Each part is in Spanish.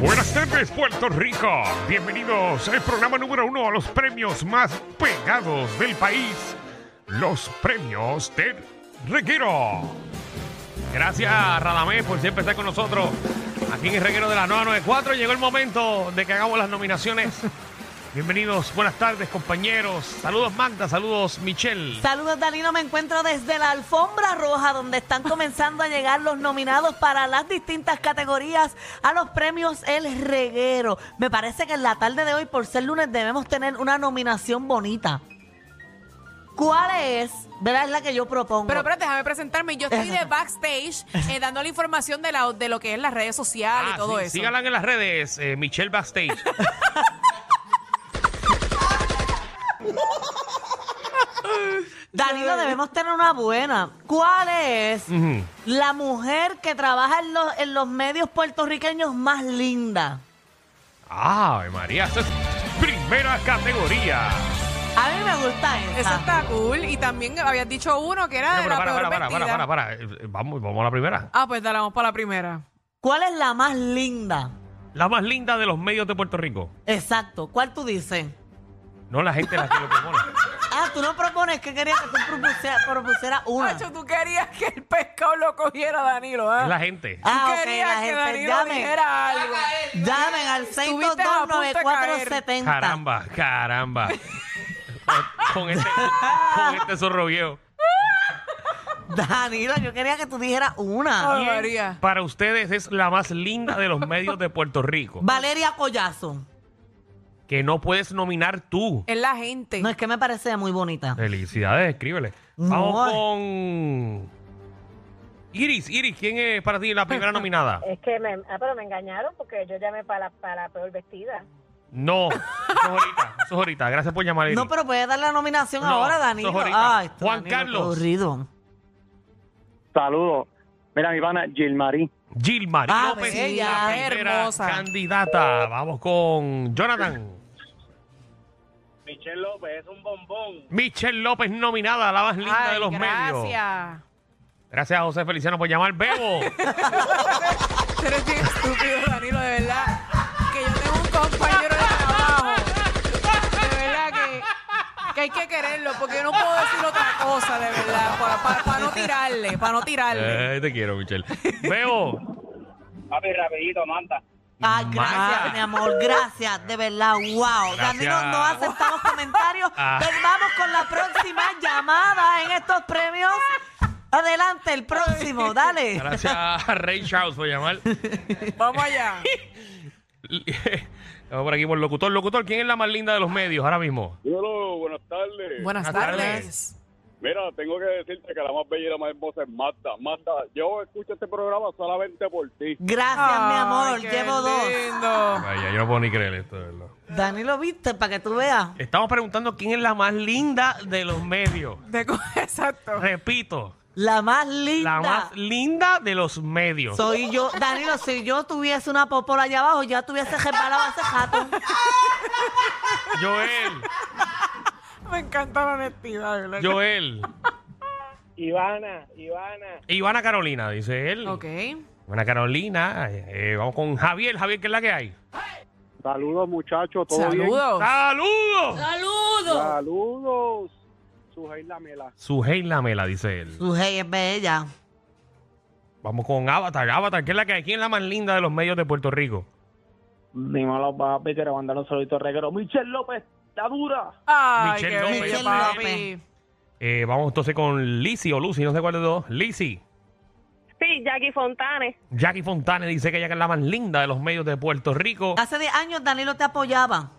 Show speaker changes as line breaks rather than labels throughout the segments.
Buenas tardes, Puerto Rico. Bienvenidos al programa número uno, a los premios más pegados del país, los premios del reguero. Gracias, Radamés, por siempre estar con nosotros aquí en el reguero de la 994. Llegó el momento de que hagamos las nominaciones. Bienvenidos, buenas tardes, compañeros. Saludos, Magda. Saludos, Michelle.
Saludos Danilo, me encuentro desde la alfombra roja donde están comenzando a llegar los nominados para las distintas categorías a los premios El Reguero. Me parece que en la tarde de hoy, por ser lunes, debemos tener una nominación bonita. ¿Cuál es? ¿Verdad? Es la que yo propongo.
Pero, pero déjame presentarme. Yo estoy de backstage eh, dando la información de, la, de lo que es las redes sociales y todo
Ah, sí,
eso.
Síganla en las redes, eh, Michelle Backstage.
eh,
Danilo, debemos tener una buena. ¿Cuál es la mujer que trabaja en los, en los medios puertorriqueños más linda?
¡Ave María! Esa es primera categoría.
A mí me gusta esa.
Eso está cool. Y también habías dicho uno que
No,
Ah, era de
pero
la
para,
peor
para, para, para,
vestida.
para, para. Eh, Vamos, vamos a la primera.
Ah, pues dale, vamos para la primera.
¿Cuál es la más linda?
La más linda de los medios de Puerto Rico.
Exacto. ¿Cuál tú dices?
No la gente la que lo propone.
Ah, tú no propones que querías que tú propusieras, propusieras una.
Macho, tú querías que el pescado lo cogiera Danilo, ¿eh?
Es la gente.
Tú
Ah, ok,
querías
la
que
gente.
Danilo
Llamen,
dijera algo.
llamen al
Estuviste a punto de caer.
6229470.
Caramba, caramba. con este, con este zorro viejo.
Danilo, yo quería que tú dijeras una.
Ay, María.
Para ustedes es la más linda de los medios de Puerto Rico.
Valeria Collazo.
Que no puedes nominar tú.
Es la gente.
No, es que me parece muy
Eh,
bonita.
Felicidades, escríbele. Vamos
No.
con. Iris, Iris, ¿quién es para ti la primera nominada?
Es que me, ah, pero me engañaron porque yo llamé para la, para la peor vestida.
No, eso es ahorita. Eso es ahorita. Gracias por llamar, Iris.
No, pero puedes darle la nominación
No,
ahora,
eso es
Danilo.
ahorita.
Ay, esto,
Juan
Danilo, qué
Carlos.
aburrido.
Saludos. Mira, mi pana, Gilmarí.
Gilmar
Ah,
López,
bella,
la primera
pues hermosa.
candidata. Vamos con Jonathan.
Michelle López es un bombón.
Michelle López nominada, la más linda
Ay,
de los medios.
gracias.
Gracias a José Feliciano por llamar. Bebo.
Tú eres bien estúpido, Danilo, de verdad. Que yo tengo un compañero de trabajo. De verdad que, que hay que quererlo, porque yo no puedo decir otra cosa, de verdad, para, para- para no tirarle, para no tirarle.
Eh, te quiero, Michelle. Bebo.
Papi, rapidito, manda.
Ah,
Ma.
gracias, mi amor, gracias, de verdad, wow.
Gracias.
Danilo, no aceptamos comentarios.
Ah.
Pero vamos con la próxima llamada en estos premios. Adelante, el próximo, dale.
Gracias a Ray Charles por llamar. Eh.
Vamos allá.
Vamos por aquí por locutor. Locutor, ¿quién es la más linda de los medios ahora mismo?
Dímelo, buenas tardes.
Buenas
Buenas tardes.
Mira, tengo que decirte que la más bella y la más hermosa es Magda. Magda, yo escucho este programa solamente por ti.
Gracias, mi amor,
Ay, qué
llevo dos.
lindo.
Vaya, yo no puedo ni creer esto, de verdad.
Danilo, viste, para que tú veas.
Estamos preguntando quién es la más linda de los medios.
De co- Exacto.
Repito,
La más linda.
la más linda de los medios.
Soy yo, Danilo, si yo tuviese una popola allá abajo, ya tuviese reparado hace jato.
Joel,
Me encanta la honestidad, de ¿verdad?
Joel.
Ivana, Ivana.
Ivana Carolina, dice él.
Ok.
Ivana Carolina. eh, eh, vamos con Javier. Javier, ¿qué es la que hay?
Saludos, muchachos. ¿Todo bien?
Saludos.
¡Saludos!
Saludos. Sujeil la mela.
Suheil Lamela, dice él.
Su hey es bella.
Vamos con Avatar. Avatar, ¿qué es la que hay? ¿Quién es la más linda de los medios de Puerto Rico?
Dímelo, papi, que le mandaron un saludito reguero. Michelle López, la dura.
Ay,
Michelle
qué
López.
bello,
Michelle
papi.
Eh, vamos entonces con Lizzie o Lucy, no sé cuál de dos. Lizzie.
Sí, Jackie Fontane.
Jackie Fontane dice que ella es la más linda de los medios de Puerto Rico.
Hace 10 años Danilo te apoyaba.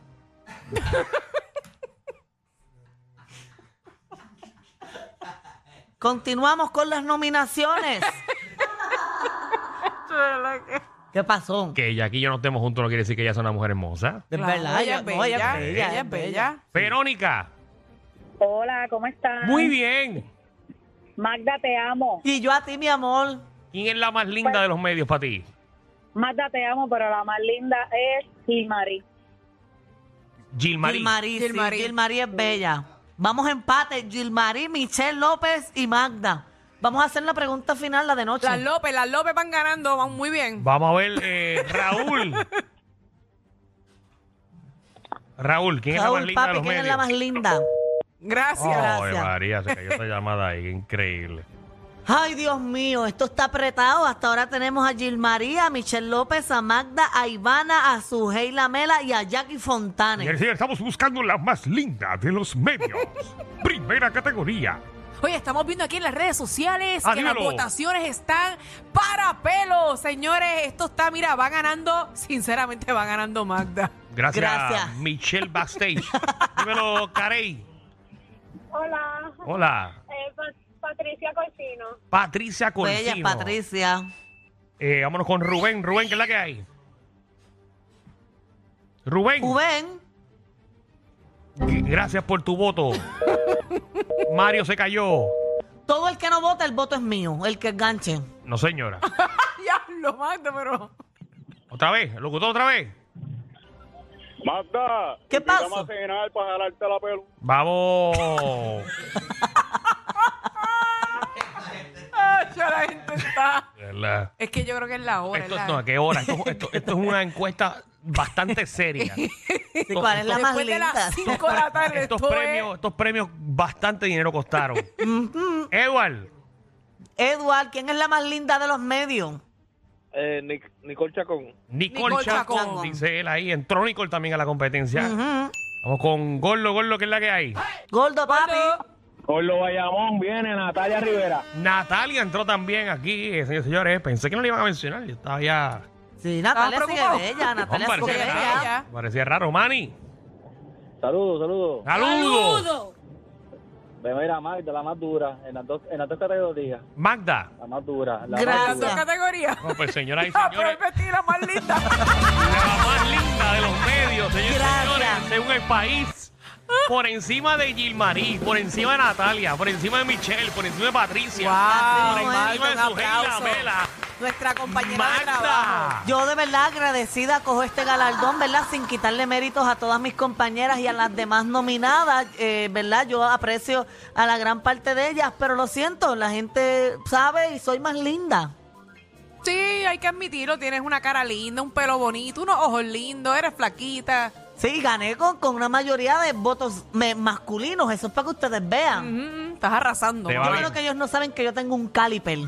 Continuamos con las nominaciones.
verdad que.
¿Qué pasó?
Que ella aquí yo no estemos juntos no quiere decir que ella sea una mujer hermosa.
De
Claro,
verdad,
ella
yo-
es
no,
bella. Ella es bella.
Verónica,
Hola, ¿cómo estás?
muy bien.
Magda, te amo.
Y yo a ti, mi amor.
¿Quién es la más linda de los medios para ti?
Magda, te amo, pero la más linda es Gilmari.
Gilmarie.
Gilmarí, sí,
Gilmarí.
Gilmarí es bella. Vamos a empate, Gilmarí, Michelle López y Magda. Vamos a hacer la pregunta final, la de noche.
Las López, las López van ganando, van muy bien.
Vamos a ver, eh, Raúl. Raúl, ¿quién es
Raúl,
la más linda
papi,
de los
¿quién
medios?
es la más linda?
Gracias.
Ay,
Gracias.
María, se cayó esa llamada ahí, qué increíble.
Ay, Dios mío, esto está apretado. Hasta ahora tenemos a Gilmaría, a Michelle López, a Magda, a Ivana, a Suheila Mela y a Jackie
Y el
Fontane.
día estamos buscando la más linda de los medios. Primera categoría.
Oye, estamos viendo aquí en las redes sociales
Ah,
que las
dímelo.
votaciones están para pelo, señores. Esto está, mira, va ganando, sinceramente va ganando Magda.
Gracias,
Gracias.
Michelle Backstage. Dímelo, Carey.
Hola, eh,
Hola.
Patricia Cochino.
Patricia Colcino.
Bella, Pues Patricia.
Eh, vámonos con Rubén. Rubén, ¿qué es la que hay? Rubén.
Rubén,
G- Gracias por tu voto. Mario se cayó.
todo el que no vota, el voto es mío, el que enganche.
No, señora.
ya lo Magda, pero.
Otra vez, locutor, otra vez.
Magda,
¿Qué
invítame
pasó?
a cenar para jalarte la pelu.
Vamos.
Ah, ya la gente está.
¿Verdad?
Es que yo creo que es la hora.
Esto,
es la-
no, ¿a qué hora? Esto, esto- esto es una encuesta bastante seria.
Sí, ¿Cuál es la más
Después de
linda?
las 5 de la tarde,
Estos
esto es-
premios, estos premios bastante dinero costaron. Edward,
Edward, ¿quién es la más linda de los medios?
Eh, Nic- Nicole Chacón.
Nicole,
Nicole
Chacón,
Chacón.
dice él ahí. Entró Nicole también a la competencia. Vamos con Gorlo, Gorlo, que es la que hay.
Gordo, papi.
Gordo.
Con lo Bayamón viene Natalia Rivera.
Natalia entró también aquí, eh, señores, señores. Pensé que no le iban a mencionar. Yo estaba ya.
Sí, Natalia sigue
¿Estabas preocupado?
bella,
No,
Natalia sigue
parecía,
Escobar.
bella.
raro, parecía raro. Manny,
Saludos, saludos.
saludos.
Mira, Magda, la más dura. En las dos, en las dos categorías.
Magda.
La más dura. La
Gracias.
Las dos categorías.
No, pues, señoras y
La peor
señores,
vestida, la más linda.
la más linda de los medios, señores y señores,
Gracias.
según el país. Por encima de Gilmarí, por encima de Natalia, por encima de Michelle, por encima de Patricia,
Guau,
por encima
Magda,
de
un
Sugeila
aplauso.
Vela,
Nuestra compañera de trabajo.
Magda.
Yo de verdad agradecida cojo este galardón, ¿verdad? Sin quitarle méritos a todas mis compañeras y a las demás nominadas, eh, ¿verdad? Yo aprecio a la gran parte de ellas, pero lo siento, la gente sabe y soy más linda.
Sí, hay que admitirlo. Tienes una cara linda, un pelo bonito, unos ojos lindos, eres flaquita.
Sí, gané con, con una mayoría de votos me- masculinos, eso es para que ustedes vean.
Mm, estás arrasando.
Te va
Yo
bien.
creo que ellos no saben que yo tengo un caliper.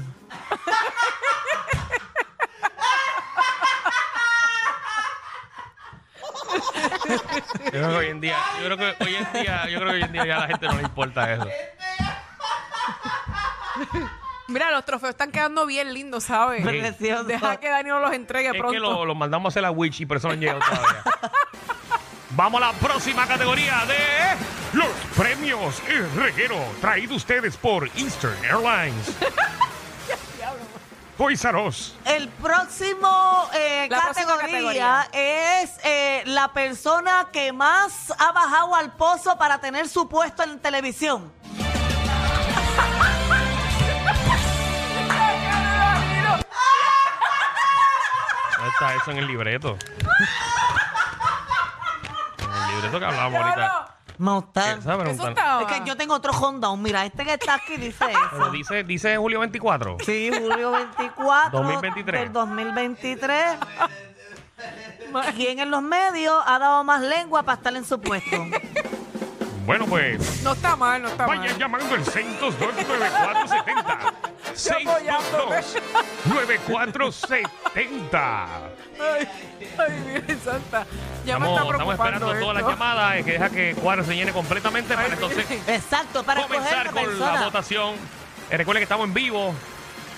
Yo creo que hoy en día, yo creo que hoy en día, yo creo que hoy en día ya a la gente no le importa eso.
Mira, los trofeos están quedando bien lindos, ¿sabes?
Sí.
Precioso.
Deja que Danilo los entregue
Es
pronto.
que lo, lo mandamos a hacer la Witch y por eso no han llegado todavía. Vamos a la próxima categoría de
Los premios El Reguero, traído ustedes por Eastern Airlines. Coizaros,
El próximo eh,
La próxima
categoría, es eh, la persona que más ha bajado al pozo para tener su puesto en televisión.
No está eso en el libreto. En el libreto que hablamos
Claro.
ahorita.
Me gusta.
Esa
Eso
pregunta-
estaba.
Es que yo tengo otro Hondown. Mira, este que está aquí dice
Pero
eso.
dice, dice julio 24.
Sí, julio 24
2023.
del 2023. ¿Quién en los medios ha dado más lengua para estar en su puesto?
bueno pues,
No está mal, no está
vayan
mal.
llamando el 622-9470. 622-9470.
Ay, ay, Virgen Santa. Ya me
Estamos, estamos
está preocupando
esperando todas las
esto.
llamadas. Es eh, que deja que el cuadro se llene completamente para entonces
Exacto, para escoger
comenzar
la
con la
persona.
votación. Eh, recuerden que estamos en vivo.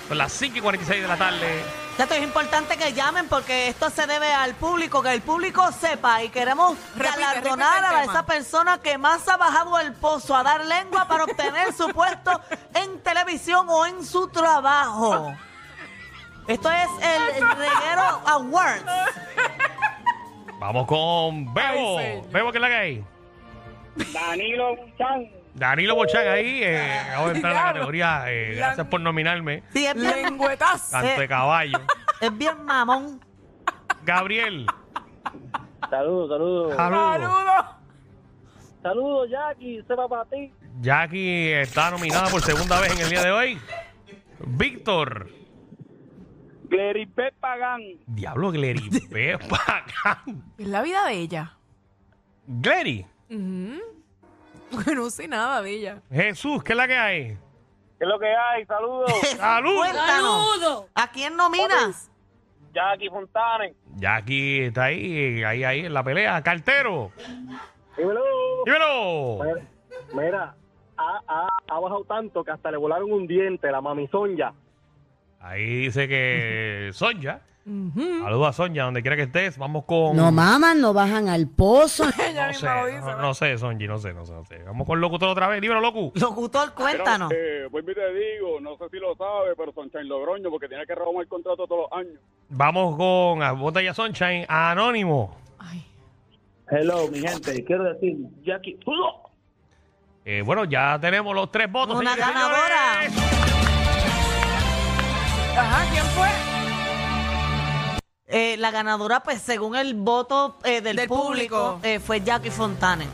Son las 5 y 46 de la tarde.
Esto es importante que llamen porque esto se debe al público, que el público sepa y queremos
Repite,
galardonar
repite el
a
tema.
esa persona que más ha bajado el pozo a dar lengua para obtener su puesto en televisión o en su trabajo. Esto es el Reguero Awards.
Vamos con Bebo.
Ay, señor.
Bebo, que es la que hay?
Danilo Chan.
Danilo Bochán ahí. Eh, acabo de entrar a la
Diablo.
categoría. eh,
La-
gracias por nominarme.
Sí, es bien,
Lengüetazo.
Canto de caballo.
es bien mamón.
Gabriel.
Saludos, saludos.
Ah.
Saludos.
Saludos.
Saludos, Jackie. Sepa para ti.
Jackie está nominada por segunda vez en el día de hoy. Víctor.
Gleripe Pagán.
Diablo, Glery. Ve pa' acá.
Es la vida de ella.
Glery.
Porque no sé nada de ella.
Jesús, ¿qué es la que hay?
¿Qué es lo que hay? Saludos.
¡Salud!
Cuéntanos. ¿A quién nominas?
Jackie Fontanes.
Jackie está ahí, ahí, ahí en la pelea. Cartero.
Dímelo.
Dímelo.
Mira, ha, ha, ha bajado tanto que hasta le volaron un diente, la mamisonya.
Ahí dice que Sonja. Saludos a Sonja, donde quiera que estés. Vamos con.
No maman, no bajan al pozo.
Ella
no sé,
misma lo dice.
no, no sé, Sonji, no sé, no sé, no sé. Vamos con Locutor otra vez. Dímelo, Locu.
Locutor, cuéntanos.
Eh, pues te digo, no sé si lo sabe, pero Sunshine Logroño, porque tiene que renovar el contrato todos los años.
Vamos con a Botella Sunshine, a Anónimo.
Ay,
Hello, mi gente. Quiero decir, Jackie. ¡Ulo!
Eh, bueno, ya tenemos los tres votos.
Una
señores y
ganadora.
señores.
Ajá, ¿quién fue?
Eh, la ganadora, pues según el voto eh, del,
Del
público,
público.
eh, fue Jackie Fontane.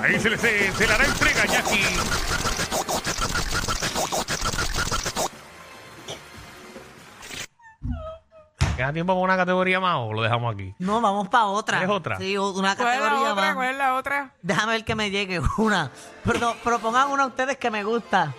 Ahí se le, se, se le hará entrega, Jackie. ¿Queda tiempo para una categoría más o lo dejamos aquí?
No, vamos para otra.
¿Es otra?
Sí, una
¿Cuál es la
categoría
otra?
más.
¿Cuál es la
Ah,
otra?
Déjame ver que me llegue una. Pero, propongan una a ustedes que me gusta.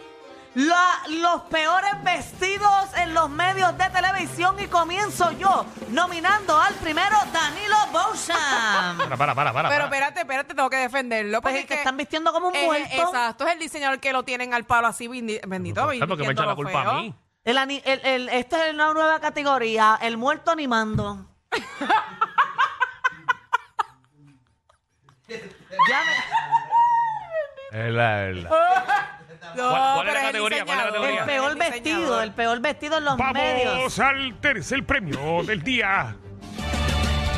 La- los peores vestidos en los medios de televisión y comienzo yo nominando al primero Danilo Beauchamp.
Para, para, para, para.
Pero
para.
espérate, espérate, tengo que defenderlo.
Pues
porque
el
es
que están vistiendo como un
Eh,
muerto.
Exacto, es el diseñador que lo tienen al palo así, bendi- bendito.
¿Sabes por qué Ah, me
vistiendo
echa la
lo
culpa
feo.
a mí?
El ani- el- el- esta es una nueva categoría, el muerto animando. Ya me-
Es la- es la-
No,
¿Cuál- cuál es la
pero el
categoría? ¿Cuál es la
diseñador,
categoría?
el peor vestido, el peor vestido en los medios.
Vamos al tercer premio del día.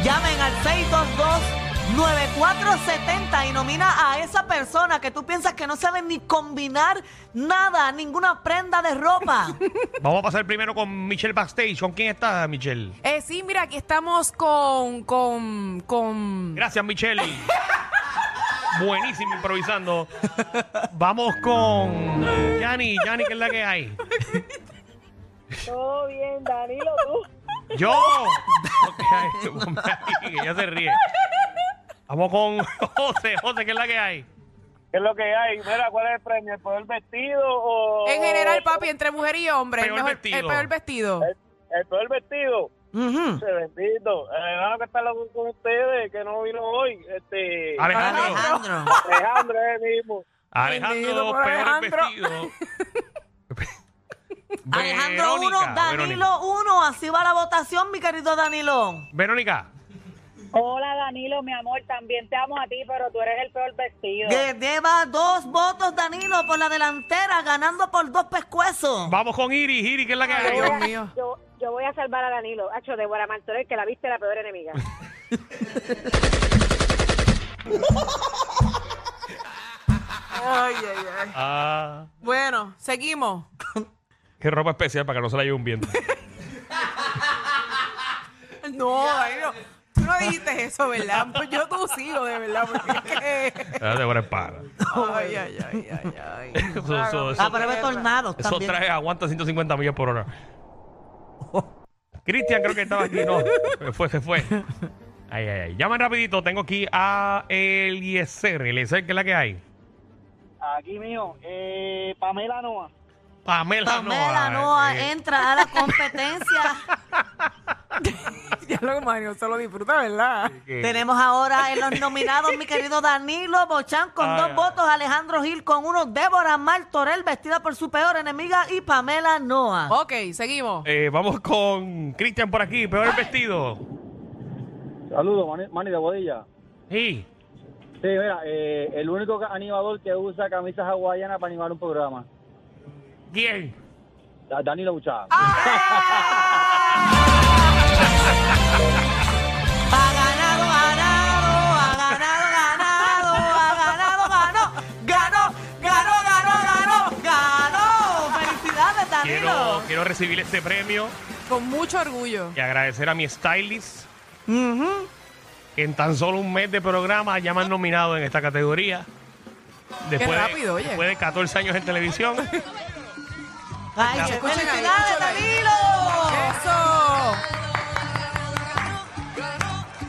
Llamen al 622-9470 y nomina a esa persona que tú piensas que no sabe ni combinar nada, ninguna prenda de ropa.
Vamos a pasar primero con Michelle Backstage. ¿Con quién está Michelle?
Eh, sí, mira, aquí estamos con. con. con.
Gracias, Michelle. Buenísimo improvisando. Vamos con Yanni. Yanni, ¿qué es la que hay?
Todo bien, Danilo, tú.
Yo. Ok, ponme ahí, que Ella se ríe. Vamos con José. José, ¿qué es la que hay?
¿Qué es lo que hay? Mira, ¿cuál es el premio? ¿El poder vestido o...?
En general, papi, entre mujer y hombre.
Peor
el, mejor-
vestido.
el peor vestido.
¿El peor vestido?
Ujú.
Se bendito. El hermano que está loco con ustedes, que no vino hoy, este...
Ah. Alejandro.
Alejandro.
Alejandro es el mismo.
Alejandro,
Bendito por
peor
Alejandro.
vestido.
Alejandro 1,
Verónica, Verónica.
Danilo 1. Así va la votación, mi querido Danilo.
Verónica.
Hola, Danilo, mi amor. También te amo a ti, pero tú eres el peor vestido.
Que lleva dos votos Danilo por la delantera, ganando por dos pescuezos.
Vamos con Iris. Iris, ¿qué es la que
Ay,
hay?
Dios mío.
Yo, yo voy a salvar a Danilo. Hacho, Débora Martorell, que la viste la peor enemiga.
Ay, ay, ay.
Ah,
Bueno, seguimos.
qué ropa especial para que no se la lleve un viento.
No, Danilo. Tú no dijiste eso, ¿verdad? Pues yo tú sigo, de verdad. Porque es que-
Ah, Débora es para.
Ay, ay, ay, ay, ay.
Eso- eso- eso-
Ah, pero ve tornados
Esos
también.
trajes aguantan 150 millas por hora. Cristian creo que estaba aquí, no. Se fue, se fue. Ay, ay, ay. Llamen rapidito, tengo aquí a Eliezer. Eliezer, ¿qué es la que hay?
Aquí mío, eh, Pamela Noa.
Pamela, Noa.
Pamela Noa
Eh,
entra a la competencia.
Ya lo Mario se lo disfruta, ¿verdad?
que-
Tenemos ahora en los nominados mi querido Danilo Bochán con
Ay,
dos
ay.
votos, Alejandro Gil con uno, Débora Martorell vestida por su peor enemiga y Pamela Noa.
Ok, seguimos.
eh, vamos con Cristian por aquí, peor vestido.
Saludos, Mani, Mani de Bodilla.
Sí.
Sí, mira, eh, el único ca- animador que usa camisas hawaianas para animar un programa.
¿Quién?
Da- Danilo Buchada.
Ha ganado, ganado, ha ganado, ganado, ha ganado, ganó, ganó, ganó, ganó, ganó, ganó. Felicidades, Danilo.
Quiero, quiero recibir este premio
Con mucho orgullo.
y agradecer a mi stylist
Ujú.
que en tan solo un mes de programa ya me han nominado en esta categoría. de-
rápido, oye.
después de 14 años en televisión.
Ay,
Ya.
qué
Escuchen ahí,
felicidades,
escuchen ahí.
Danilo.
¡Eso!